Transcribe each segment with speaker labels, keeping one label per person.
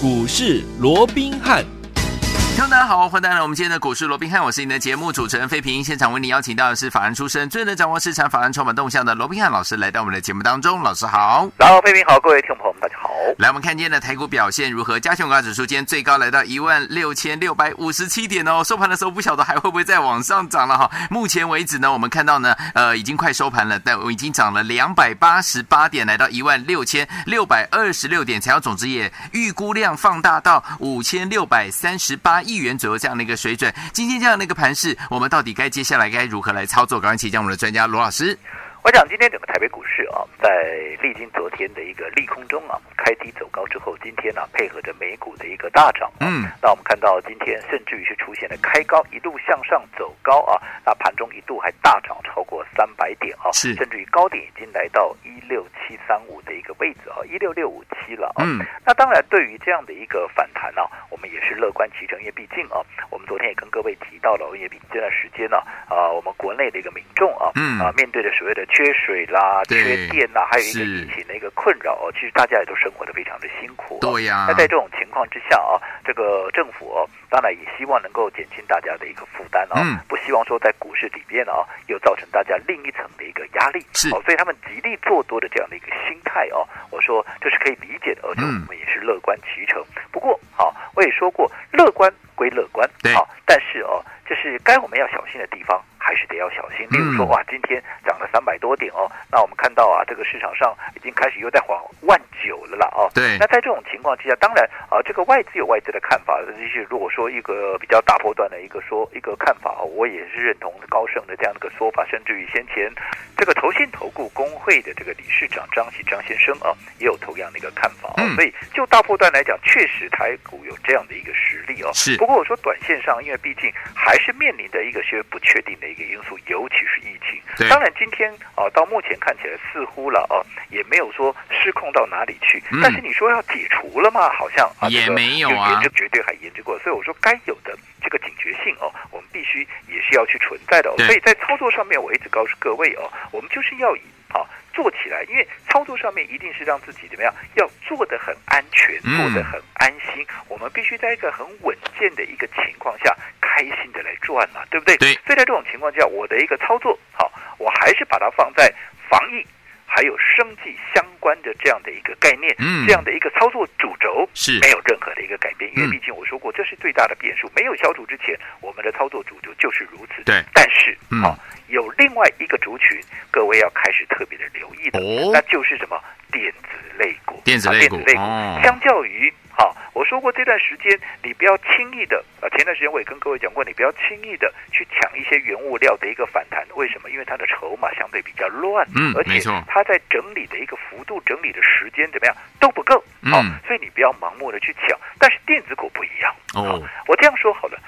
Speaker 1: 股市罗宾汉。
Speaker 2: 听众大家好，欢迎来到我们今天的股市罗宾汉，我是您的节目主持人费平。现场为您邀请到的是法案出身、最能掌握市场法案筹码动向的罗宾汉老师，来到我们的节目当中。老师好，
Speaker 3: 然后，飞平好，各位听众朋友们，大家好。
Speaker 2: 来我们看今天的台股表现如何？加权股价指数今天最高来到一万六千六百五十七点哦，收盘的时候不晓得还会不会再往上涨了哈。目前为止呢，我们看到呢，呃，已经快收盘了，但我已经涨了两百八十八点，来到一万六千六百二十六点，成交总值也预估量放大到五千六百三十八亿元左右这样的一个水准。今天这样的一个盘势，我们到底该接下来该如何来操作？赶快请教我们的专家罗老师。
Speaker 3: 我想今天整个台北股市啊，在历经昨天的一个利空中啊，开低走高之后，今天呢、配合着美股的一个大涨、啊，
Speaker 2: 嗯，
Speaker 3: 那我们看到今天甚至于是出现了开高一路向上走高啊，那盘中一度还大涨超过三百点啊，
Speaker 2: 是
Speaker 3: 甚至于高点已经来到一六七三五的一个位置啊，一六六五七了啊。
Speaker 2: 嗯
Speaker 3: 那当然，对于这样的一个反弹呢、我们也是乐观其成，因为毕竟啊，我们昨天也跟各位提到了，因为毕竟这段时间呢、啊，我们国内的一个民众啊，
Speaker 2: 嗯
Speaker 3: 啊，面对着所谓的缺水啦、
Speaker 2: 对
Speaker 3: 缺电啦，还有一个
Speaker 2: 是
Speaker 3: 疫情的一个困扰哦，其实大家也都生活的非常的辛苦、啊。
Speaker 2: 对呀、
Speaker 3: 那在这种情况之下啊，这个政府哦、当然也希望能够减轻大家的一个负担啊，
Speaker 2: 嗯
Speaker 3: 不希望说在股市里边啊，又造成大家另一层的一个压力。
Speaker 2: 是
Speaker 3: 哦，所以他们极力做多的这样的一个心态哦，我说这是可以理解的，而且我
Speaker 2: 嗯
Speaker 3: 们也是乐观其成。不过，好、我也说过，乐观归乐观，
Speaker 2: 对
Speaker 3: 好、但是哦，就是该我们要小心的地方。还是得要小心，例如说
Speaker 2: 嗯
Speaker 3: 哇，今天涨了三百多点哦，那我们看到啊，这个市场上已经开始又在往万九了啦哦，
Speaker 2: 对
Speaker 3: 那在这种情况之下，当然啊，这个外资有外资的看法，就是如果说一个比较大波段的一个说一个看法，我也是认同高盛的这样的一个说法，甚至于先前这个投信投顾工会的这个理事长张喜张先生啊，也有同样的一个看法、哦。
Speaker 2: 嗯
Speaker 3: 所以就大波段来讲，确实台股有这样的一个实力哦。
Speaker 2: 是
Speaker 3: 不过我说短线上，因为毕竟还是面临着一个些不确定的一个因素，尤其是疫情。
Speaker 2: 对
Speaker 3: 当然今天啊、到目前看起来似乎了哦、也没有说失控到哪里去。
Speaker 2: 嗯
Speaker 3: 但是你说要解除了吗？好像啊，
Speaker 2: 也
Speaker 3: 这个
Speaker 2: 没有
Speaker 3: 就
Speaker 2: 啊
Speaker 3: 研究绝对还研究过，所以我说该有的这个警觉性哦，我们必须也是要去存在的、哦。
Speaker 2: 对
Speaker 3: 所以在操作上面，我一直告诉各位哦，我们就是要以啊。做起来，因为操作上面一定是让自己怎么样，要做得很安全，
Speaker 2: 嗯
Speaker 3: 做得很安心。我们必须在一个很稳健的一个情况下，开心的来赚嘛，对不对？
Speaker 2: 对
Speaker 3: 所以在这种情况下，我的一个操作，好，我还是把它放在防疫还有生计相关的这样的一个概念，
Speaker 2: 嗯
Speaker 3: 这样的一个操作主轴
Speaker 2: 是
Speaker 3: 没有任何的一个改变，因为
Speaker 2: 嗯
Speaker 3: 毕竟我说过，这是最大的变数，没有消除之前，我们的操作主轴就是如此。
Speaker 2: 对
Speaker 3: 但是
Speaker 2: 嗯
Speaker 3: 好、有另外一个族群，各位要开始特别的留意的，
Speaker 2: 哦
Speaker 3: 那就是什么电子类股，
Speaker 2: 电子
Speaker 3: 啊
Speaker 2: 类
Speaker 3: 电
Speaker 2: 股
Speaker 3: 子类股，
Speaker 2: 哦
Speaker 3: 相较于。好，我说过这段时间你不要轻易的，呃，前段时间我也跟各位讲过，你不要轻易的去抢一些原物料的一个反弹，为什么？因为它的筹码相对比较乱，
Speaker 2: 嗯
Speaker 3: 而
Speaker 2: 没
Speaker 3: 且
Speaker 2: 错
Speaker 3: 它在整理的一个幅度、整理的时间怎么样都不够，
Speaker 2: 嗯
Speaker 3: 好、所以你不要盲目的去抢。但是电子股不一样，
Speaker 2: 哦，
Speaker 3: 啊我这样说好了，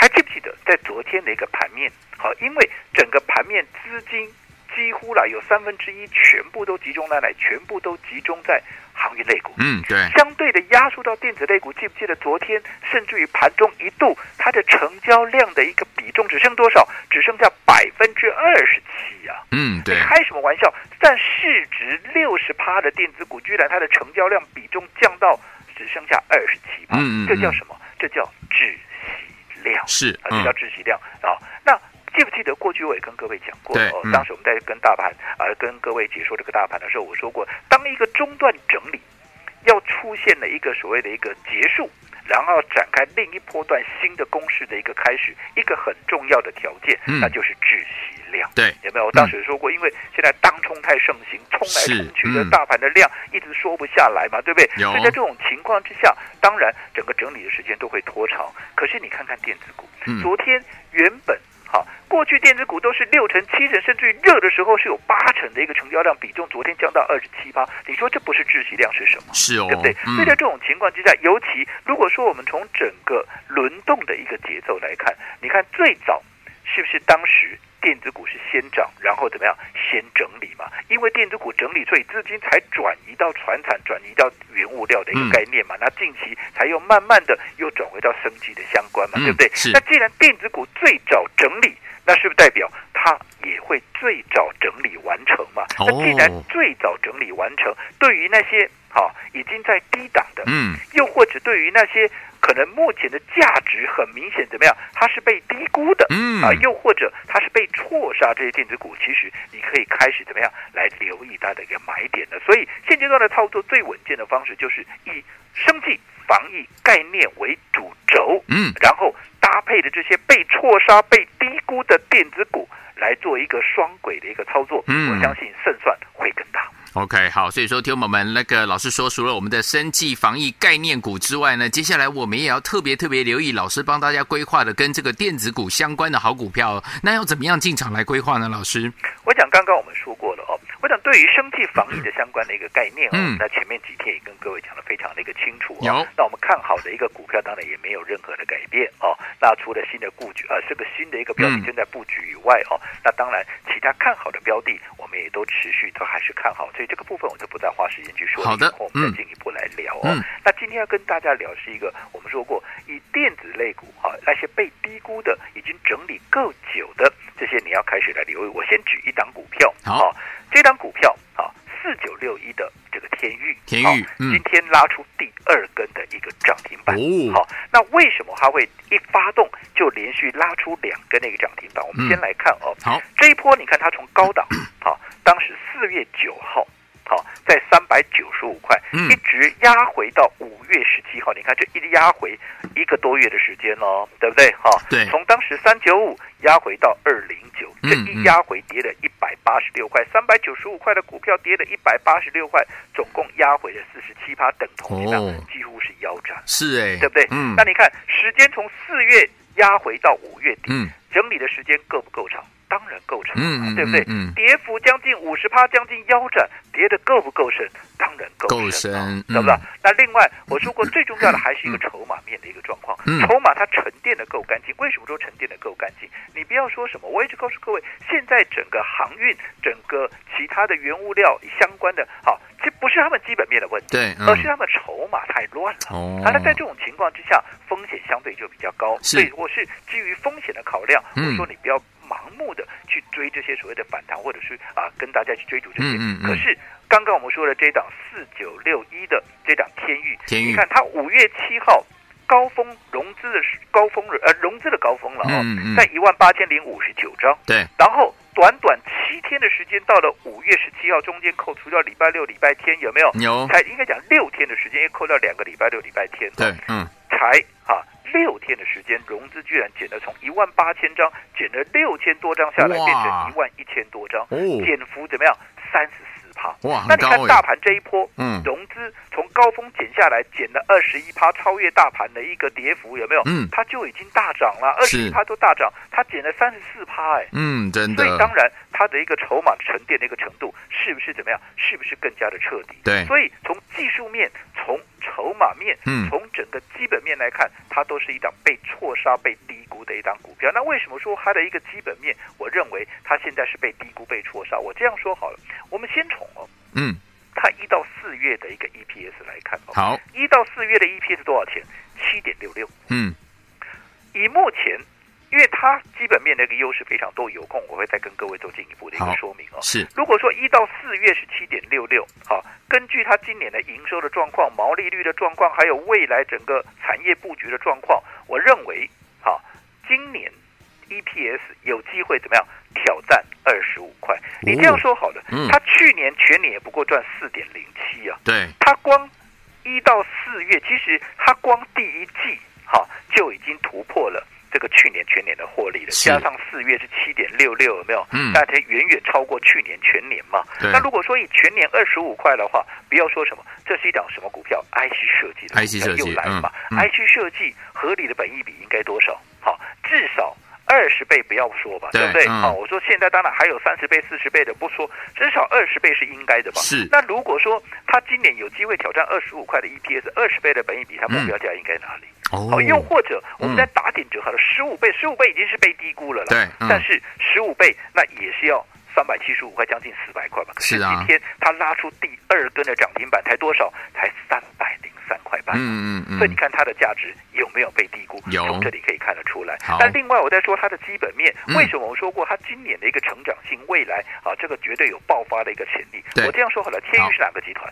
Speaker 3: 还记不记得在昨天的一个盘面？好，因为整个盘面资金几乎啦有三分之一全部都集中在哪里？全部都集中在航运类股。
Speaker 2: 嗯，对，
Speaker 3: 相对的压缩到电子类股，记不记得昨天甚至于盘中一度它的成交量的一个比重只剩多少？只剩下百分之二十七呀！
Speaker 2: 嗯，对，
Speaker 3: 开什么玩笑？占市值六十趴的电子股，居然它的成交量比重降到只剩下二十七趴，
Speaker 2: 嗯嗯嗯
Speaker 3: 这叫什么？这叫窒息量
Speaker 2: 是
Speaker 3: 啊，，这
Speaker 2: 嗯
Speaker 3: 叫，窒息量啊。那记不记得过去我也跟各位讲过
Speaker 2: 对
Speaker 3: 哦，
Speaker 2: 嗯
Speaker 3: 当时我们在跟大盘啊、跟各位解说这个大盘的时候，我说过，当一个中段整理要出现了一个所谓的一个结束，然后展开另一波段新的攻势的一个开始，一个很重要的条件，
Speaker 2: 嗯
Speaker 3: 那就是窒息量。
Speaker 2: 对，
Speaker 3: 有没有？我当时说过，因为现在当冲太盛行，冲来
Speaker 2: 嗯是
Speaker 3: 冲去的
Speaker 2: 嗯
Speaker 3: 大盘的量一直缩不下来嘛，对不对？
Speaker 2: 有
Speaker 3: 所以在这种情况之下，当然整个整理的时间都会拖长。可是你看看电子股，
Speaker 2: 嗯
Speaker 3: 昨天原本好，过去电子股都是六成、七成，甚至于热的时候是有八成的一个成交量比重，昨天降到二十七趴，你说这不是窒息量是什么？
Speaker 2: 是哦
Speaker 3: 对不对？，所以在
Speaker 2: 嗯，
Speaker 3: 这种情况之下，尤其如果说我们从整个轮动的一个节奏来看，你看最早是不是当时电子股是先涨，然后怎么样先整理嘛？因为电子股整理，所以资金才转移到船产，转移到原物料的一
Speaker 2: 嗯
Speaker 3: 个概念嘛。那近期才又慢慢的又转回到升级的相关嘛，
Speaker 2: 嗯
Speaker 3: 对不对
Speaker 2: 是？
Speaker 3: 那既然电子股最早整理，那是不是代表它它也会最早整理完成嘛。那既然
Speaker 2: 哦
Speaker 3: 最早整理完成，对于那些好、已经在低档的，
Speaker 2: 嗯，
Speaker 3: 又或者对于那些可能目前的价值很明显怎么样，它是被低估的，
Speaker 2: 嗯
Speaker 3: 啊，又或者它是被错杀这些电子股，其实你可以开始怎么样来留意它的一个买点的。所以现阶段的操作最稳健的方式就是以生计、防疫概念为主轴，
Speaker 2: 嗯，
Speaker 3: 然后搭配的这些被错杀、被低估的电子股来做一个双轨的一个操作，
Speaker 2: 嗯
Speaker 3: 我相信胜算会更大。
Speaker 2: OK，好，所以说，听友嗯们，那个老师说，除了我们的生计防疫概念股之外呢，接下来我们也要特别特别留意老师帮大家规划的跟这个电子股相关的好股票，那要怎么样进场来规划呢？老师，
Speaker 3: 我想刚刚我们说过了哦，我想对于生计防疫的相关的一个概念哦，
Speaker 2: 嗯
Speaker 3: 那前面几天也跟各位讲的非常的一个清楚、哦。
Speaker 2: 有
Speaker 3: 那我们看好的一个股票，当然也没有任何的改变哦。那除了新的布局，呃，这个新的一个标的
Speaker 2: 嗯
Speaker 3: 正在布局以外哦，那当然其他看好的标的，我们也都持续都还是看好，所以这个部分我就不再花时间去说了。
Speaker 2: 好的
Speaker 3: 以后我们
Speaker 2: 嗯
Speaker 3: 再进一步来聊哦。
Speaker 2: 嗯
Speaker 3: 那今天要跟大家聊是一个我们说过，以电子类股啊那些被低估的、已经整理够久的这些，你要开始来留意。我先举一档股票，
Speaker 2: 好
Speaker 3: 啊，这档股票啊，四九六一的这个天域，
Speaker 2: 天域
Speaker 3: 啊
Speaker 2: 嗯
Speaker 3: 今天拉出第二根的一个涨停板。
Speaker 2: 哦
Speaker 3: 好，那为什么它会一发动就连续拉出两根那个涨停板？我们
Speaker 2: 嗯
Speaker 3: 先来看哦，
Speaker 2: 好，
Speaker 3: 这一波你看它从高 档，好，当时四月九号。好，在三百九十五块，
Speaker 2: 嗯
Speaker 3: 一直压回到五月十七号。你看，这一压回一个多月的时间哦，对不对？哈、
Speaker 2: 对
Speaker 3: 从当时三九五压回到二零九，
Speaker 2: 嗯
Speaker 3: 这一压回跌了一百八十六块，三百九十五块的股票跌了一百八十六块，总共压回了四十七趴，等同于那
Speaker 2: 哦
Speaker 3: 几乎是腰斩，
Speaker 2: 是哎、
Speaker 3: 对不对？
Speaker 2: 嗯
Speaker 3: 那，你看时间从四月压回到五月底，
Speaker 2: 嗯，
Speaker 3: 整理的时间够不够长？当然够长啊，
Speaker 2: 嗯嗯
Speaker 3: 对不对？
Speaker 2: 嗯嗯
Speaker 3: 跌幅将近五十趴，将近腰斩，跌的够不够深？当然够
Speaker 2: 够
Speaker 3: 深啊、
Speaker 2: 深，嗯
Speaker 3: 对不对？那另外，我说过最重要的还是一个筹码面的一个状况。
Speaker 2: 嗯
Speaker 3: 筹码它沉淀的够干净，为什么说沉淀的够干净？你不要说什么，我一直告诉各位，现在整个航运、整个其他的原物料相关的，好，这不是他们基本面的问题。
Speaker 2: 对，嗯
Speaker 3: 而是他们筹码太乱了。
Speaker 2: 哦
Speaker 3: 啊，那在这种情况之下，风险相对就比较高。
Speaker 2: 是
Speaker 3: 所以我是基于风险的考量，
Speaker 2: 嗯
Speaker 3: 我说你不要盲目的去追这些所谓的反弹，或者是啊跟大家去追逐这些。
Speaker 2: 嗯嗯嗯
Speaker 3: 可是刚刚我们说的这档四九六一的这档天域，
Speaker 2: 天域
Speaker 3: 你看它五月七号。高峰融资的时高峰呃融资的高峰了哦，
Speaker 2: 嗯嗯
Speaker 3: 在一万八千零五十九张，
Speaker 2: 对，
Speaker 3: 然后短短七天的时间，到了五月十七号，中间扣除掉礼拜六、礼拜天，有没有？
Speaker 2: 牛，
Speaker 3: 才应该讲六天的时间，因为扣掉两个礼拜六、礼拜天，
Speaker 2: 对，，嗯，
Speaker 3: 才啊六天的时间，融资居然减了从一万八千张减了六千多张下来，
Speaker 2: 哇
Speaker 3: 变成一万一千多张，
Speaker 2: 哦，
Speaker 3: 减幅怎么样？三十四趴。
Speaker 2: 哇，
Speaker 3: 那
Speaker 2: 很
Speaker 3: 你看
Speaker 2: 高
Speaker 3: 大
Speaker 2: 哎、
Speaker 3: 盘这一波，
Speaker 2: 嗯
Speaker 3: 融资从高峰减下来，减了二十一趴，超越大盘的一个跌幅，有没有？
Speaker 2: 嗯
Speaker 3: 它就已经大涨了，二十
Speaker 2: 是
Speaker 3: 一趴都大涨，它减了三十四趴，哎，
Speaker 2: 嗯，真
Speaker 3: 所以
Speaker 2: 的，
Speaker 3: 当然，它的一个筹码沉淀的一个程度，是不是怎么样？是不是更加的彻底？
Speaker 2: 对
Speaker 3: 所以从技术面、从筹码面、
Speaker 2: 嗯
Speaker 3: 从整个基本面来看，它都是一档被错杀、被低估的一档股票。那为什么说它的一个基本面，我认为它现在是被低估、被错杀？我这样说好了，我们先从哦，
Speaker 2: 嗯，
Speaker 3: 它一到四月的一个 EPS 来看哦，
Speaker 2: 好，
Speaker 3: 一到四月的 EPS 多少钱？七点六六。
Speaker 2: 嗯，
Speaker 3: 以目前，因为它基本面的一个优势非常多，有空我会再跟各位做进一步的一
Speaker 2: 好
Speaker 3: 个说明哦。
Speaker 2: 是，
Speaker 3: 如果说一到四月是七点六六，好，根据它今年的营收的状况、毛利率的状况，还有未来整个产业布局的状况，我认为，好，今年 EPS 有机会怎么样挑战二十五块？你这样说好了，
Speaker 2: 嗯
Speaker 3: 它去年全年也不过赚四点零七啊，
Speaker 2: 对，
Speaker 3: 它光一到四月，其实它光第一季哈、就已经突破了。这个去年全年的获利了，
Speaker 2: 是
Speaker 3: 加上四月是七点六六，有没有？
Speaker 2: 嗯
Speaker 3: 那它远远超过去年全年嘛。
Speaker 2: 对
Speaker 3: 那如果说以全年二十五块的话，不要说什么，这是一档什么股票？IC 设计的股
Speaker 2: IC
Speaker 3: 票
Speaker 2: 设计
Speaker 3: 又来了嘛、
Speaker 2: 嗯嗯
Speaker 3: i c 设计合理的本益比应该多少？好，至少二十倍不要说吧，
Speaker 2: 对
Speaker 3: 不对？
Speaker 2: 嗯
Speaker 3: 好，我说现在当然还有三十倍、四十倍的不说，至少二十倍是应该的吧？
Speaker 2: 是
Speaker 3: 那如果说它今年有机会挑战二十五块的 EPS，二十倍的本益比，它目标价应该哪里？
Speaker 2: 哦
Speaker 3: 好，又或者我
Speaker 2: 嗯
Speaker 3: 们再打点折好了，十五倍，十五倍已经是被低估了啦。
Speaker 2: 对嗯
Speaker 3: 但是十五倍那也是要三百七十五块，将近四百块吧。可
Speaker 2: 是啊
Speaker 3: 今天它拉出第二根的涨停板，才多少？才三百零三块半。来。
Speaker 2: 嗯嗯嗯，
Speaker 3: 所以你看它的价值有没有被低估？
Speaker 2: 有
Speaker 3: 从这里可以看得出来
Speaker 2: 好。
Speaker 3: 但另外我在说它的基本面，
Speaker 2: 嗯
Speaker 3: 为什么我说过它今年的一个成长性，未来啊这个绝对有爆发的一个潜力
Speaker 2: 对。
Speaker 3: 我这样说好了，天
Speaker 2: 好
Speaker 3: 宇是哪个集团？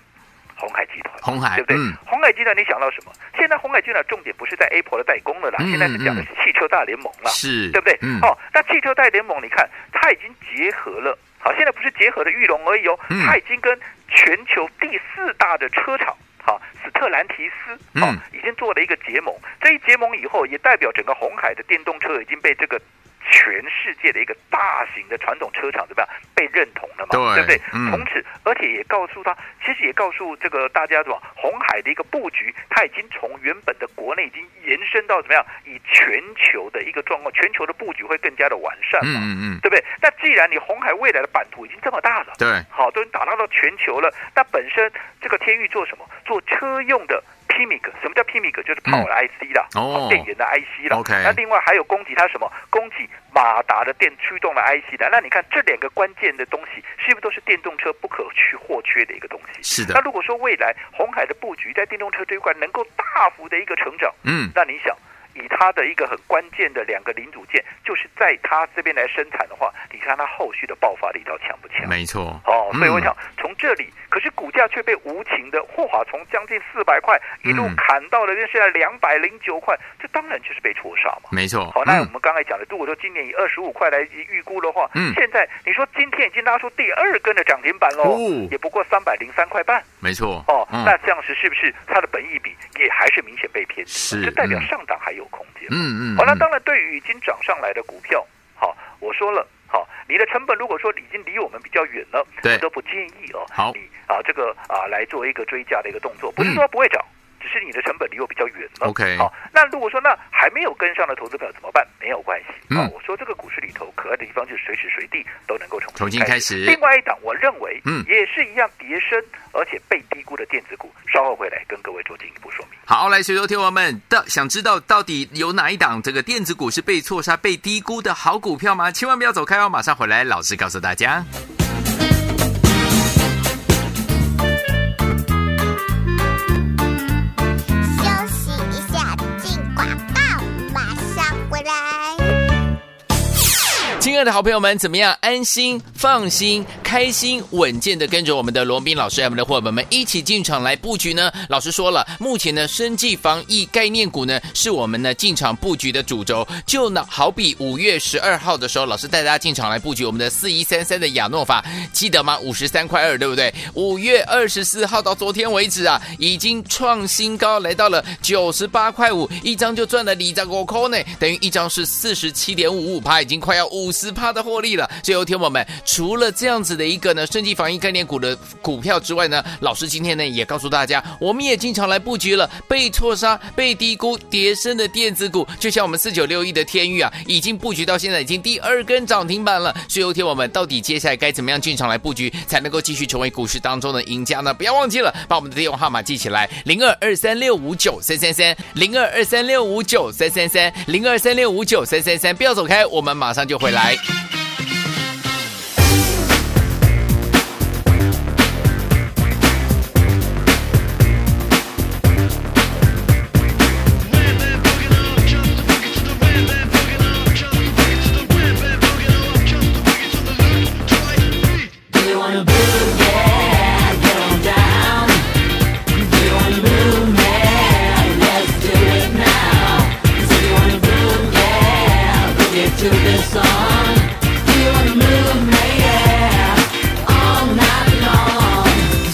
Speaker 3: 红海集团。
Speaker 2: 红海，
Speaker 3: 对不啊对？
Speaker 2: 嗯
Speaker 3: 红海集团，你想到什么？现在红海集团的重点不是在 Apple 的代工了啦，
Speaker 2: 嗯
Speaker 3: 现在是讲的
Speaker 2: 嗯
Speaker 3: 是汽车大联盟了。
Speaker 2: 是，
Speaker 3: 对不对？
Speaker 2: 嗯，
Speaker 3: 哦，那汽车大联盟，你看它已经结合了，好，现在不是结合了玉龙而已哦，
Speaker 2: 嗯
Speaker 3: 它已经跟全球第四大的车厂。好，斯特兰提斯
Speaker 2: 嗯
Speaker 3: 哦，已经做了一个结盟。这一结盟以后，也代表整个红海的电动车已经被这个全世界的一个大型的传统车厂怎么样被认同了嘛？
Speaker 2: 对
Speaker 3: 不对？
Speaker 2: 嗯
Speaker 3: 从此，而且也告诉他，其实也告诉这个大家，什么红海的一个布局，它已经从原本的国内已经延伸到怎么样，以全球的一个状况，全球的布局会更加的完善嘛，
Speaker 2: 嗯嗯嗯，
Speaker 3: 对不对？那既然你红海未来的版图已经这么大了，
Speaker 2: 对，
Speaker 3: 好，都已经打到到全球了，那本身这个天域做什么？做车用的。PMIC，什么叫 PMIC？就是跑的 IC 啦，
Speaker 2: 哦
Speaker 3: 好电源的 IC 啦。
Speaker 2: OK
Speaker 3: 那另外还有供给它什么？供给马达的电驱动的 IC 的。那你看这两个关键的东西，是不是都是电动车不可去或缺的一个东西？
Speaker 2: 是
Speaker 3: 那
Speaker 2: 的，
Speaker 3: 如果说未来红海的布局在电动车这一块能够大幅的一个成长，
Speaker 2: 嗯，
Speaker 3: 那你想，以它的一个很关键的两个零组件，就是在它这边来生产的话，你看它后续的爆发力到强不强？
Speaker 2: 没错，
Speaker 3: 哦，所以
Speaker 2: 嗯
Speaker 3: 我想从这里，可是股价却被无情的霍华从将近四百块一路
Speaker 2: 嗯
Speaker 3: 砍到了现在两百零九块，这当然就是被错杀嘛。
Speaker 2: 没错，
Speaker 3: 好，那我
Speaker 2: 嗯
Speaker 3: 们刚才讲的，如果说今年以二十五块来预估的话，
Speaker 2: 嗯
Speaker 3: 现在你说今天已经拉出第二根的涨停板喽，
Speaker 2: 哦
Speaker 3: 也不过三百零三块半
Speaker 2: 没错，
Speaker 3: 哦，
Speaker 2: 嗯
Speaker 3: 那这样子是不是它的本益比也还是明显被偏低
Speaker 2: 是
Speaker 3: 了？这代表
Speaker 2: 嗯
Speaker 3: 上档还有空间。
Speaker 2: 嗯嗯，
Speaker 3: 好，那
Speaker 2: 嗯
Speaker 3: 当然，对于已经涨上来的股票，好，我说了，好，你的成本如果说已经离我们比较远了，
Speaker 2: 对
Speaker 3: 我都不建议哦，
Speaker 2: 好
Speaker 3: 你啊这个啊来做一个追加的一个动作，不是
Speaker 2: 嗯
Speaker 3: 说不会涨。只是你的成本离我比较远了。
Speaker 2: OK
Speaker 3: 好，那如果说那还没有跟上的投资朋友怎么办？没有关系。
Speaker 2: 嗯
Speaker 3: 啊我说这个股市里头可爱的地方就是随时随地都能够重
Speaker 2: 重新
Speaker 3: 开
Speaker 2: 开始
Speaker 3: 另外一档，我认为
Speaker 2: 嗯
Speaker 3: 也是一样跌升而且被低估的电子股，稍后回来跟各位做进一步说明。
Speaker 2: 好，来，所以说听众朋友们，到想知道到底有哪一档这个电子股是被错杀、被低估的好股票吗？千万不要走开哦，马上回来，老师告诉大家。
Speaker 4: 休息一下，进广告，马上回来。
Speaker 2: 亲爱的好朋友们，怎么样？安心、放心、开心、稳健的跟着我们的罗斌老师，还有我们的伙伴们一起进场来布局呢。老师说了，目前呢，生技防疫概念股呢，是我们呢进场布局的主轴。就呢，好比五月十二号的时候，老师带大家进场来布局我们的四一三三的亚诺法，记得吗？五十三块二，对不对？五月二十四号到昨天为止啊，已经创新高，来到了九十八块五，一张就赚了里扎国扣呢，等于一张是四十七点五五趴，已经快要五十趴的获利了。所以，有听我们，除了这样子的一个呢，升级防疫概念股的股票之外呢，老师今天呢也告诉大家，我们也经常来布局了被错杀、被低估、跌升的电子股，就像我们四九六一的天域啊，已经布局到现在已经第二根涨停板了。所以，有听我们到底接下来该怎么样进场来布局，才能够继续成为股市当中的赢家呢？不要忘记了把我们的电话号码记起来，零二二三六五九三三三，零二二三六五九三三三，零二三六五九三三三，不要走开，我们马上就回来。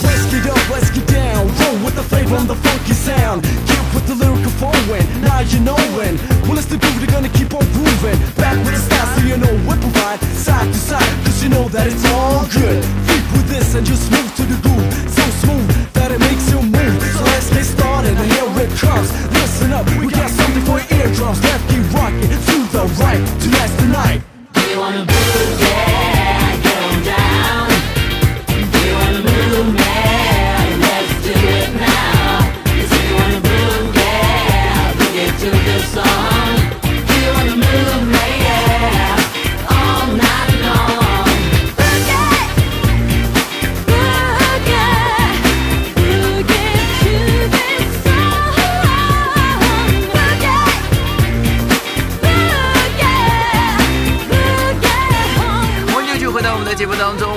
Speaker 5: Whisk it up, whisk it down. Roll with the flavor and the funky sound. Get with the lyrical flowing. Now you know when. Well, it's the groove that gonna keep on grooving. Back with the style so you know what provide. Side to side, cause you know that it's all good. Deep with this and just move to the groove. So smooth that it makes you move. So let's get started. And here it comes. Listen up, we got something for your eardrums. Left keep rocking to the right. Tonight's the night.
Speaker 4: Look at, look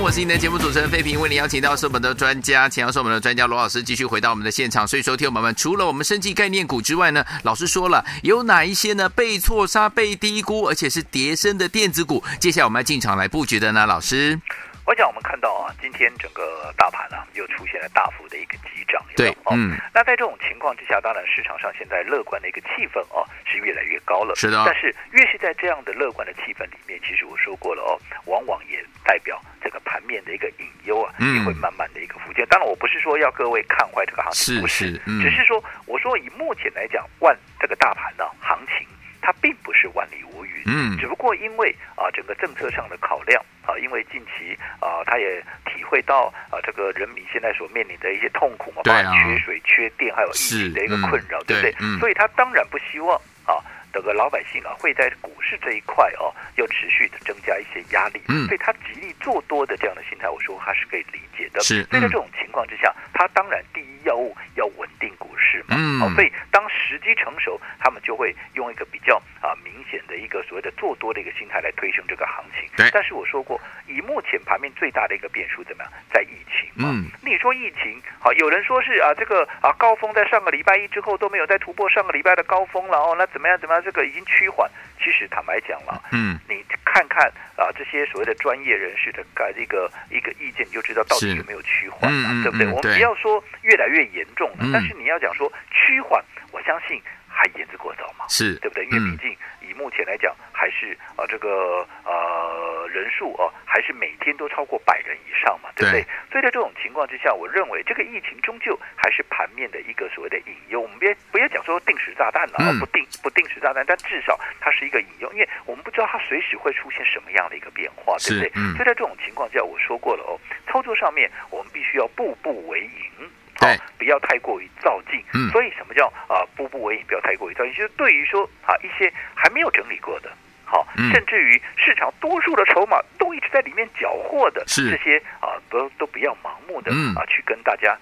Speaker 2: 我是你的节目主持人费平，为你邀请到是我们的专家，请到是我们的专家罗老师继续回到我们的现场。所以，说，听友们，除了我们生技概念股之外呢，老师说了，有哪一些呢被错杀、被低估，而且是跌升的电子股，接下来我们要进场来布局的呢？老师，
Speaker 3: 我想我们看到啊，今天整个大盘啊又出现了大幅的一个急涨，有没
Speaker 2: 对
Speaker 3: 有哦、
Speaker 2: 嗯，
Speaker 3: 那在这种情况之下，当然市场上现在乐观的一个气氛哦是越来越高了，
Speaker 2: 是的
Speaker 3: 但是越是在这样的乐观的气氛里面，其实我说过了哦，往往也代表这个盘面的一个隐忧啊，
Speaker 2: 嗯
Speaker 3: 也会慢慢的一个浮现。当然，我不是说要各位看坏这个行情，
Speaker 2: 是
Speaker 3: 不是，
Speaker 2: 是嗯
Speaker 3: 只是说我说以目前来讲，万这个大盘呢、行情它并不是万里无云，
Speaker 2: 嗯
Speaker 3: 只不过因为啊整个政策上的考量啊，因为近期啊他也体会到啊这个人民现在所面临的一些痛苦嘛，
Speaker 2: 对啊
Speaker 3: 包括缺水、缺电，还有疫
Speaker 2: 是
Speaker 3: 情的一个
Speaker 2: 嗯
Speaker 3: 困扰，对不
Speaker 2: 对
Speaker 3: 对？
Speaker 2: 嗯
Speaker 3: 所以他当然不希望啊。这个老百姓啊，会在股市这一块哦、又持续的增加一些压力，
Speaker 2: 嗯
Speaker 3: 所以他极力做多的这样的心态，我说他是可以理解的。
Speaker 2: 是
Speaker 3: 所以在
Speaker 2: 嗯
Speaker 3: 这种情况之下，他当然第一要务要稳定股市嘛。
Speaker 2: 嗯
Speaker 3: 好，所以当时机成熟，他们就会用一个比较啊明显的一个所谓的做多的一个心态来推升这个行情。
Speaker 2: 对
Speaker 3: 但是我说过，以目前盘面最大的一个变数怎么样，在疫情嘛。
Speaker 2: 嗯
Speaker 3: 你说疫情，好，有人说是啊，这个啊高峰在上个礼拜一之后都没有再突破上个礼拜的高峰了哦，那怎么样怎么样，这个已经趋缓。其实坦白讲了，
Speaker 2: 嗯，
Speaker 3: 你看看啊这些所谓的专业人士的呃一个一个意见，你就知道到
Speaker 2: 是
Speaker 3: 底有没有趋缓了、
Speaker 2: 嗯嗯
Speaker 3: 对不对？
Speaker 2: 嗯
Speaker 3: 我
Speaker 2: 对
Speaker 3: 们不要说越来越严重了，
Speaker 2: 嗯
Speaker 3: 但是你要讲说趋缓，我相信还言之过早嘛。
Speaker 2: 是
Speaker 3: 对不对？因为毕
Speaker 2: 嗯，
Speaker 3: 竟以目前来讲，还是呃这个呃人数哦、还是每天都超过百人以上嘛，对不对？所以在这种情况之下，我认为这个疫情终究还是盘面的一个所谓的隐忧。我们别不要讲说定时炸弹了、啊，
Speaker 2: 嗯
Speaker 3: 不定不定时炸弹，但至少它是一个隐忧，因为我们不知道它随时会出现什么样的一个变化，对不
Speaker 2: 是
Speaker 3: 对？
Speaker 2: 嗯
Speaker 3: 所以在这种情况下，我说过了哦，操作上面我们必须要步步为营。
Speaker 2: 对
Speaker 3: 好不要太过于造进。
Speaker 2: 嗯
Speaker 3: 所以什么叫啊步步为营，不要太过于造进？就是对于说啊一些还没有整理过的。好，
Speaker 2: 嗯
Speaker 3: 甚至于市场多数的筹码都一直在里面缴获的，
Speaker 2: 是
Speaker 3: 这些啊，都都不要盲目的、
Speaker 2: 嗯
Speaker 3: 啊去跟大家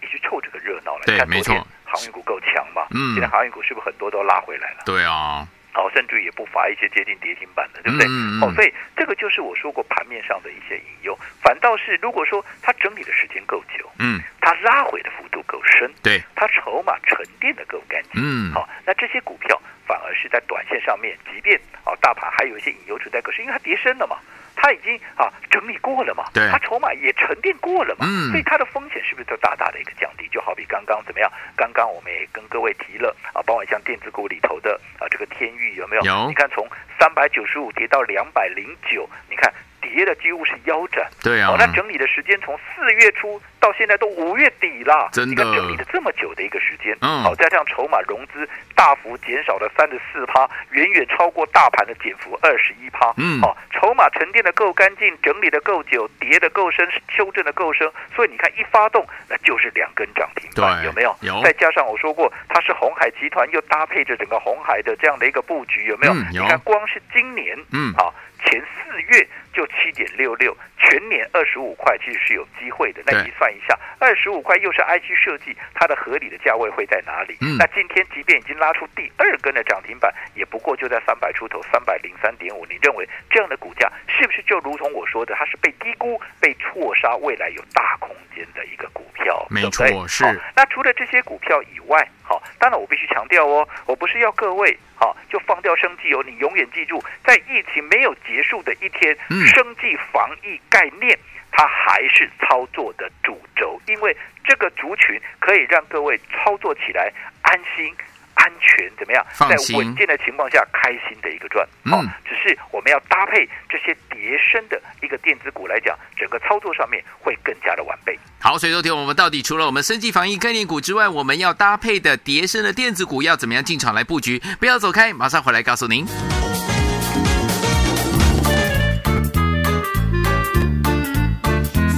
Speaker 3: 一起凑这个热闹了。
Speaker 2: 对
Speaker 3: 你看
Speaker 2: 没
Speaker 3: 昨天
Speaker 2: 错
Speaker 3: 航运股够强吧？
Speaker 2: 嗯
Speaker 3: 现在航运股是不是很多都拉回来了？
Speaker 2: 对啊，
Speaker 3: 好，甚至于也不乏一些接近跌停板的，对不对？
Speaker 2: 嗯嗯嗯
Speaker 3: 哦，所以这个就是我说过盘面上的一些引诱。反倒是如果说它整理的时间够久，
Speaker 2: 嗯，
Speaker 3: 它拉回的幅度够深，
Speaker 2: 对，
Speaker 3: 它筹码沉淀的够干净。
Speaker 2: 嗯
Speaker 3: 好，那这些股票反而是在短线上面，即便啊大盘还有一些隐忧存在，可是因为它跌深了嘛，它已经啊整理过了嘛，
Speaker 2: 对
Speaker 3: 它筹码也沉淀过了嘛，
Speaker 2: 嗯
Speaker 3: 所以它的风险是不是就大大的一个降低？就好比刚刚怎么样？刚刚我们也跟各位提了啊，包括像电子股里头的啊这个天域有没有？
Speaker 2: 有
Speaker 3: 你看从三百九十五跌到两百零九，你看跌的几乎是腰斩。
Speaker 2: 对啊
Speaker 3: 哦，，那整理的时间从四月初到现在都五月底了，
Speaker 2: 真的
Speaker 3: 你看整理了这么久的一个时间，
Speaker 2: 嗯
Speaker 3: 好、再加上筹码融资大幅减少了三十四趴，远远超过大盘的减幅二十一趴，
Speaker 2: 嗯
Speaker 3: 好、筹码沉淀的够干净，整理的够久，跌的够深，修正的够深，所以你看一发动，那就是两根涨停板，
Speaker 2: 对
Speaker 3: 有没有？
Speaker 2: 有
Speaker 3: 再加上我说过，它是红海集团又搭配着整个红海的这样的一个布局，有没有？
Speaker 2: 嗯有
Speaker 3: 你看光是今年，
Speaker 2: 嗯
Speaker 3: 啊，前四月就七点六六，全年二十五块，其实是有机会的。那
Speaker 2: 对
Speaker 3: 你算一下，二十五块又是 IC 设计，它的合理的价位会在哪里？
Speaker 2: 嗯
Speaker 3: 那今天即便已经拉出第二根的涨停板，也不过就在三百出头，三百零三点五。你认为这样的股价是不是就如同我说的，它是被低估、被错杀，未来有大空间的一个股票？
Speaker 2: 没
Speaker 3: 对不对
Speaker 2: 错是
Speaker 3: 好那除了这些股票以外，好，当然我必须强调哦，我不是要各位好就放掉生计哦，你永远记住，在疫情没有结束的一天，
Speaker 2: 嗯
Speaker 3: 生计防疫概念。它还是操作的主轴，因为这个族群可以让各位操作起来安心、安全，怎么样？
Speaker 2: 放
Speaker 3: 在
Speaker 2: 心
Speaker 3: 稳健的情况下，开心的一个赚。
Speaker 2: 嗯
Speaker 3: 好、只是我们要搭配这些叠升的一个电子股来讲，整个操作上面会更加的完备。
Speaker 2: 好，所以昨天我们到底除了我们生技防疫概念股之外，我们要搭配的叠升的电子股要怎么样进场来布局？不要走开，马上回来告诉您。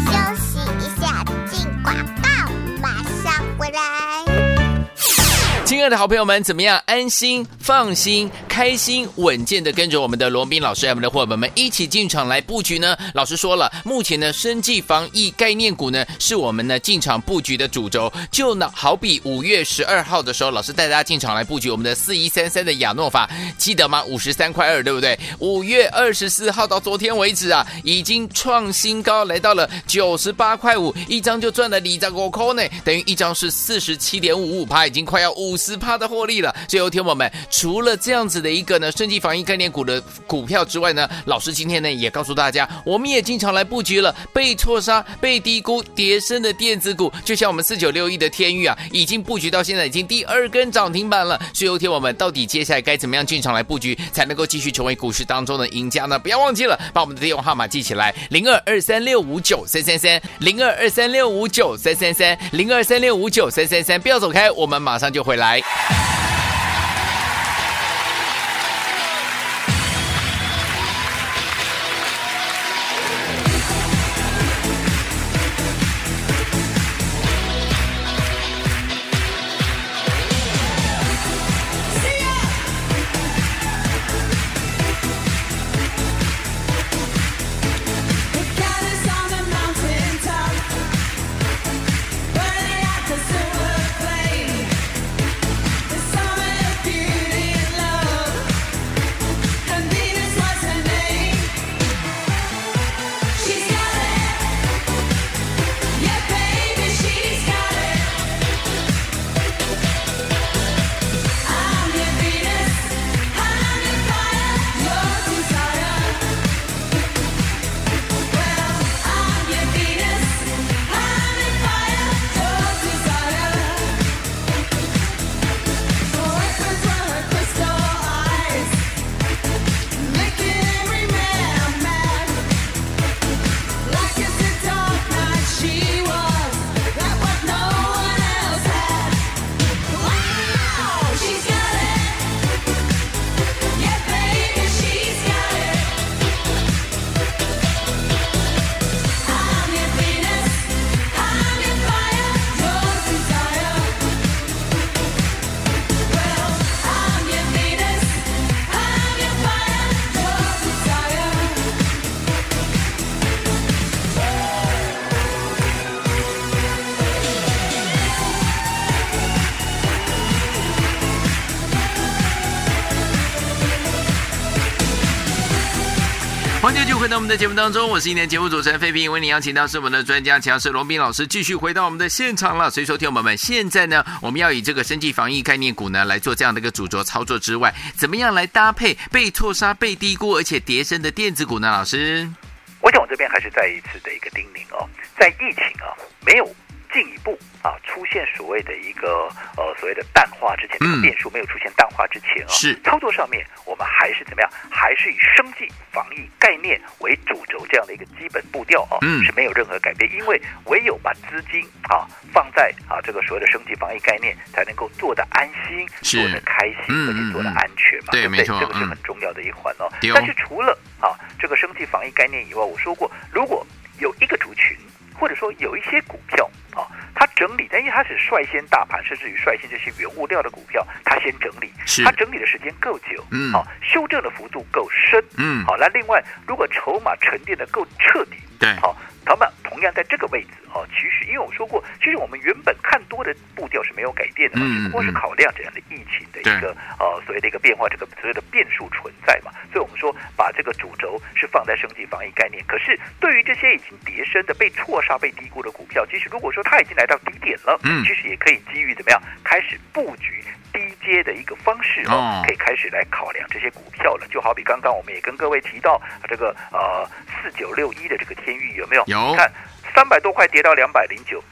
Speaker 4: 休息一下，进广告，马上回来。
Speaker 1: 亲爱
Speaker 2: 爱的好朋友们，怎么样？安心、放心、开心、稳健的跟着我们的罗斌老师，还有我们的伙伴们一起进场来布局呢。老师说了，目前呢，生计防疫概念股呢，是我们呢进场布局的主轴。就呢，好比五月十二号的时候，老师带大家进场来布局我们的四一三三的亚诺法，记得吗？五十三块二，对不对？五月二十四号到昨天为止啊，已经创新高，来到了九十八块五，一张就赚了里扎狗扣呢，等于一张是四十七点五五趴，已经快要五十趴的获利了。所以，有天我们除了这样子的一个呢，升级防疫概念股的股票之外呢，老师今天呢也告诉大家，我们也经常来布局了被错杀、被低估、跌升的电子股，就像我们四九六一的天域啊，已经布局到现在已经第二根涨停板了。所以，有天我们到底接下来该怎么样进场来布局，才能够继续成为股市当中的赢家呢？不要忘记了把我们的电话号码记起来，零二二三六五九三三三，零二二三六五九三三三，零二三六五九三三三，不要走开，我们马上就回来。”
Speaker 6: She's got it. Yeah, baby, she's got it. I'm your Venus. I'm your fire. Your desire. Well, I'm your Venus. I'm your fire. Your desire. Oysters were her crystal eyes, making every man mad. Like as the dark night she was, like what no one else had. Wow, she's got it. Yeah, baby, she's got it. I'm your Venus, I'm your fire, your desire. Well, I'm your Venus, I'm your fire, your desire.
Speaker 2: 欢迎继续回到我们的节目当中，我是今天的节目主持人费平，为您邀请到是我们的专家强势罗斌老师，继续回到我们的现场了。所以，说，听友们，现在呢，我们要以这个生计防疫概念股呢来做这样的一个主轴操作之外，怎么样来搭配被错杀、被低估而且跌升的电子股呢？老师，
Speaker 3: 我想我这边还是再一次的一个叮咛哦，在疫情啊没有进一步啊出现所谓的一个呃所谓的淡化之前，这
Speaker 2: 嗯
Speaker 3: 个变数没有出现淡化之前啊，
Speaker 2: 是
Speaker 3: 操作上面我们还是怎么样？还是以生计防疫概念为主轴这样的一个基本步调啊，
Speaker 2: 嗯
Speaker 3: 是没有任何改变，因为唯有把资金啊放在啊这个所谓的生计防疫概念，才能够做得安心，
Speaker 2: 是
Speaker 3: 做得开心，
Speaker 2: 嗯
Speaker 3: 而且做得
Speaker 2: 嗯嗯
Speaker 3: 安全嘛，
Speaker 2: 对
Speaker 3: 不
Speaker 2: 没
Speaker 3: 对？
Speaker 2: 错
Speaker 3: 这个是
Speaker 2: 嗯
Speaker 3: 很重要的一环哦。
Speaker 2: 对哦
Speaker 3: 但是除了啊这个生计防疫概念以外，我说过，如果有一个族群，或者说有一些股票啊，它整理，但因为它是率先大盘，甚至于率先这些原物料的股票，它先整理，
Speaker 2: 是
Speaker 3: 它整理的时间够久，
Speaker 2: 嗯
Speaker 3: 好、修正的幅度够深，
Speaker 2: 嗯
Speaker 3: 好，那另外如果筹码沉淀的够彻底，
Speaker 2: 对
Speaker 3: 好，他们同样在这个位置哦，其实因为我说过，其实我们原本看多的步调是没有改变的嘛，
Speaker 2: 嗯
Speaker 3: 只不过是
Speaker 2: 嗯
Speaker 3: 考量这样的疫情的一
Speaker 2: 对
Speaker 3: 个呃所谓的一个变化，这个所谓的变数存在嘛，所以我们说把这个主轴是放在升级防疫概念。可是对于这些已经跌升的、被错杀、被低估的股票，其实如果说它已经来到低点了，
Speaker 2: 嗯
Speaker 3: 其实也可以基于怎么样开始布局。低阶的一个方式
Speaker 2: 哦
Speaker 3: 哦，可以开始来考量这些股票了。就好比刚刚我们也跟各位提到啊这个呃四九六一的这个天域有没有？
Speaker 2: 有
Speaker 3: 你看三百多块跌到两百零九，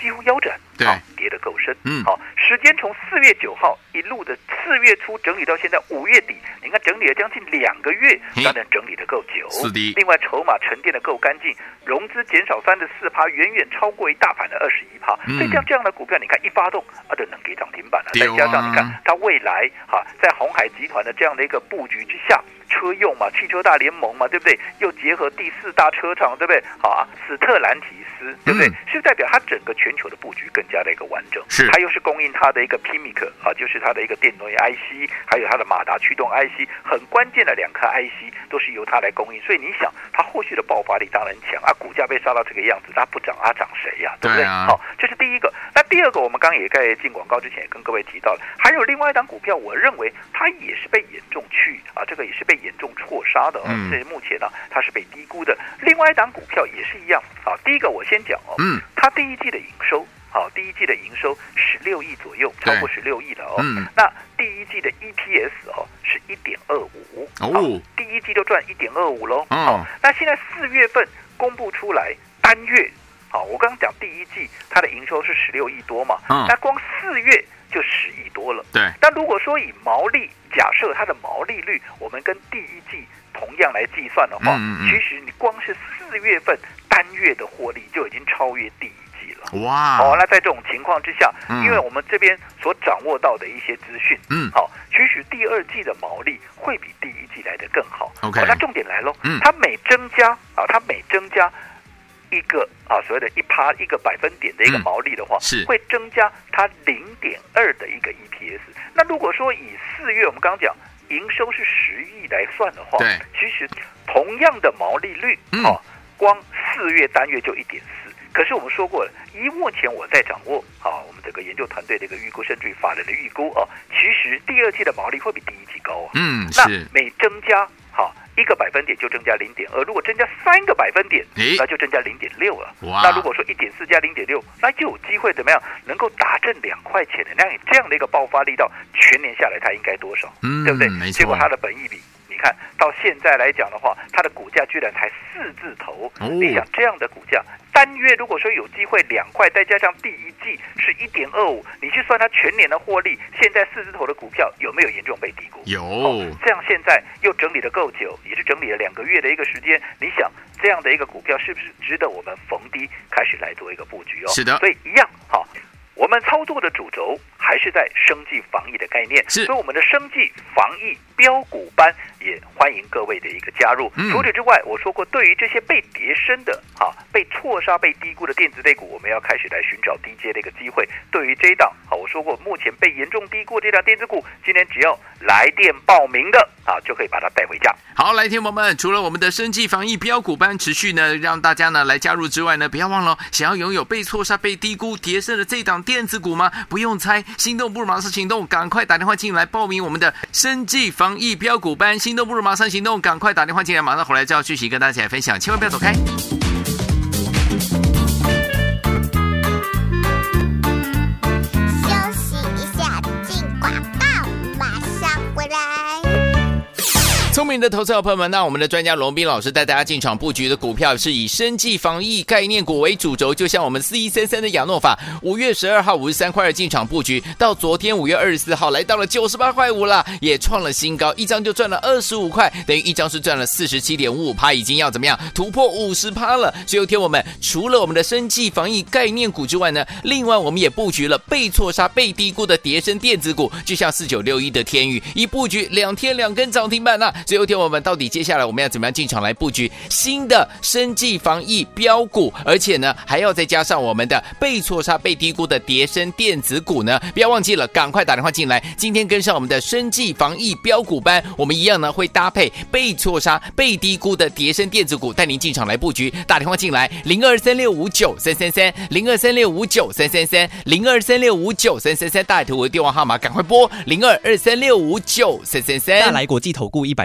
Speaker 3: 几乎腰斩，
Speaker 2: 对
Speaker 3: 啊跌得够深，
Speaker 2: 嗯
Speaker 3: 好、时间从四月九号一路的四月初整理到现在五月底，你看整理了将近两个月
Speaker 2: 嘿，
Speaker 3: 当然整理的够久，
Speaker 2: 是的
Speaker 3: 另外筹码沉淀的够干净，融资减少三十四趴，远远超过一大盘的二十一趴，
Speaker 2: 嗯
Speaker 3: 所以像这样的股票，你看一发动啊，就能给涨停板了、
Speaker 2: 对
Speaker 3: 再
Speaker 2: 啊
Speaker 3: 加上你看它未来哈、在红海集团的这样的一个布局之下。车用嘛，汽车大联盟嘛，对不对？又结合第四大车厂，对不对？好啊，史特兰提、资，对不对？
Speaker 2: 嗯
Speaker 3: 是代表它整个全球的布局更加的一个完整。
Speaker 2: 是
Speaker 3: 它又是供应它的一个 PMIC 啊，就是它的一个电容 IC，还有它的马达驱动 IC，很关键的两颗 IC 都是由它来供应。所以你想，它后续的爆发力当然强啊，股价被杀到这个样子，它不涨啊，涨谁呀、对不
Speaker 2: 对
Speaker 3: 对？
Speaker 2: 啊
Speaker 3: 好、这是第一个。那第二个，我们刚刚也在进广告之前也跟各位提到了，还有另外一档股票，我认为它也是被严重去啊，这个也是被严重错杀的、哦，
Speaker 2: 嗯
Speaker 3: 所以目前呢、它是被低估的。另外一档股票也是一样啊。第一个我先讲哦，
Speaker 2: 嗯，
Speaker 3: 它第一季的营收。好，第一季的营收十六亿左右，超
Speaker 2: 对
Speaker 3: 过十六亿了哦。
Speaker 2: 嗯
Speaker 3: 那第一季的 EPS 哦是一点二五
Speaker 2: 哦
Speaker 3: 第一季就赚一点二五喽。
Speaker 2: 嗯
Speaker 3: 好那现在四月份公布出来单月，好，我刚刚讲第一季它的营收是十六亿多嘛，
Speaker 2: 嗯
Speaker 3: 那光四月就十亿多了。
Speaker 2: 对，
Speaker 3: 那如果说以毛利，假设它的毛利率，我们跟第一季同样来计算的话，
Speaker 2: 嗯嗯嗯
Speaker 3: 其实你光是四月份单月的获利就已经超越第一季了。好、
Speaker 2: 哇，
Speaker 3: 哦那在这种情况之下，
Speaker 2: 啊嗯
Speaker 3: 因为我们这边所掌握到的一些资讯，
Speaker 2: 嗯
Speaker 3: 好、其实第二季的毛利会比第一季来的更好。哦
Speaker 2: OK
Speaker 3: 好那重点来喽，
Speaker 2: 嗯
Speaker 3: 它每增加啊，它每增加一个啊所谓的一趴一个百分点的一个
Speaker 2: 嗯
Speaker 3: 毛利的话，
Speaker 2: 是
Speaker 3: 会增加它零点二的一个 EPS。那如果说以四月我们刚刚讲营收是十亿来算的话，
Speaker 2: 对
Speaker 3: 其实同样的毛利率，
Speaker 2: 嗯
Speaker 3: 好、光四月单月就一点四。可是我们说过了，以目前我在掌握啊，我们这个研究团队的一个预估，甚至于法人的预估啊，其实第二季的毛利会比第一季高啊。
Speaker 2: 嗯，
Speaker 3: 那
Speaker 2: 是，
Speaker 3: 每增加好一个百分点就增加零点二，如果增加三个百分点
Speaker 2: 诶，
Speaker 3: 那就增加零点六了。
Speaker 2: 哇
Speaker 3: 那如果说一点四加零点六，那就有机会怎么样能够达正两块钱的那样这样的一个爆发力道，全年下来它应该多少？
Speaker 2: 嗯
Speaker 3: 对不对？
Speaker 2: 没错
Speaker 3: 结果它的本益比。你看到现在来讲的话，它的股价居然才四字头。
Speaker 2: 哦
Speaker 3: 你想这样的股价，单月如果说有机会两块，再加上第一季是一点二五，你去算它全年的获利，现在四字头的股票有没有严重被低估？哦
Speaker 2: 有，
Speaker 3: 这样现在又整理的够久，也是整理了两个月的一个时间。你想这样的一个股票是不是值得我们逢低开始来做一个布局哦？
Speaker 2: 是的
Speaker 3: 所以一样好。我们操作的主轴还是在生计防疫的概念，
Speaker 2: 是
Speaker 3: 所以我们的生计防疫标股班也欢迎各位的一个加入。
Speaker 2: 嗯
Speaker 3: 除此之外，我说过，对于这些被跌升的、啊被错杀、被低估的电子类股，我们要开始来寻找低阶的一个机会。对于这一档，啊，我说过，目前被严重低估这档电子股，今天只要来电报名的啊，就可以把它带回家。
Speaker 2: 好，来，听众朋友们，除了我们的生计防疫标股班持续呢，让大家呢来加入之外呢，不要忘了哦，想要拥有被错杀、被低估、跌升的这档电子股吗？不用猜，心动不如马上行动，赶快打电话进来报名我们的生计防疫标股班，心动不如马上行动，赶快打电话进来，马上回来就要继续跟大家一起来分享，千万不要走开。
Speaker 4: 休息一下，进广告，马上回来。
Speaker 2: 聪明的投资者朋友们，那我们的专家龙斌老师带大家进场布局的股票是以生计防疫概念股为主轴，就像我们四一三三的亚诺法，五月十二号五十三块二进场布局，到昨天五月二十四号来到了九十八块五啦，也创了新高，一张就赚了二十五块，等于一张是赚了四十七点五五趴，已经要怎么样突破五十趴了？所以有天我们除了我们的生计防疫概念股之外呢，另外我们也布局了被错杀、被低估的叠升电子股，就像四九六一的天宇，一布局两天两根涨停板呐、最后一天我们到底接下来我们要怎么样进场来布局新的生计防疫标股？而且呢，还要再加上我们的被错杀、被低估的叠升电子股呢？不要忘记了，赶快打电话进来。今天跟上我们的生计防疫标股班，我们一样呢会搭配被错杀、被低估的叠升电子股，带您进场来布局。打电话进来，零二三六五九三三三，零二三六五九三三三，零二三六五九三三三，大图的电话号码赶快拨零二二三六五九三三三。
Speaker 7: 大来国际投顾一百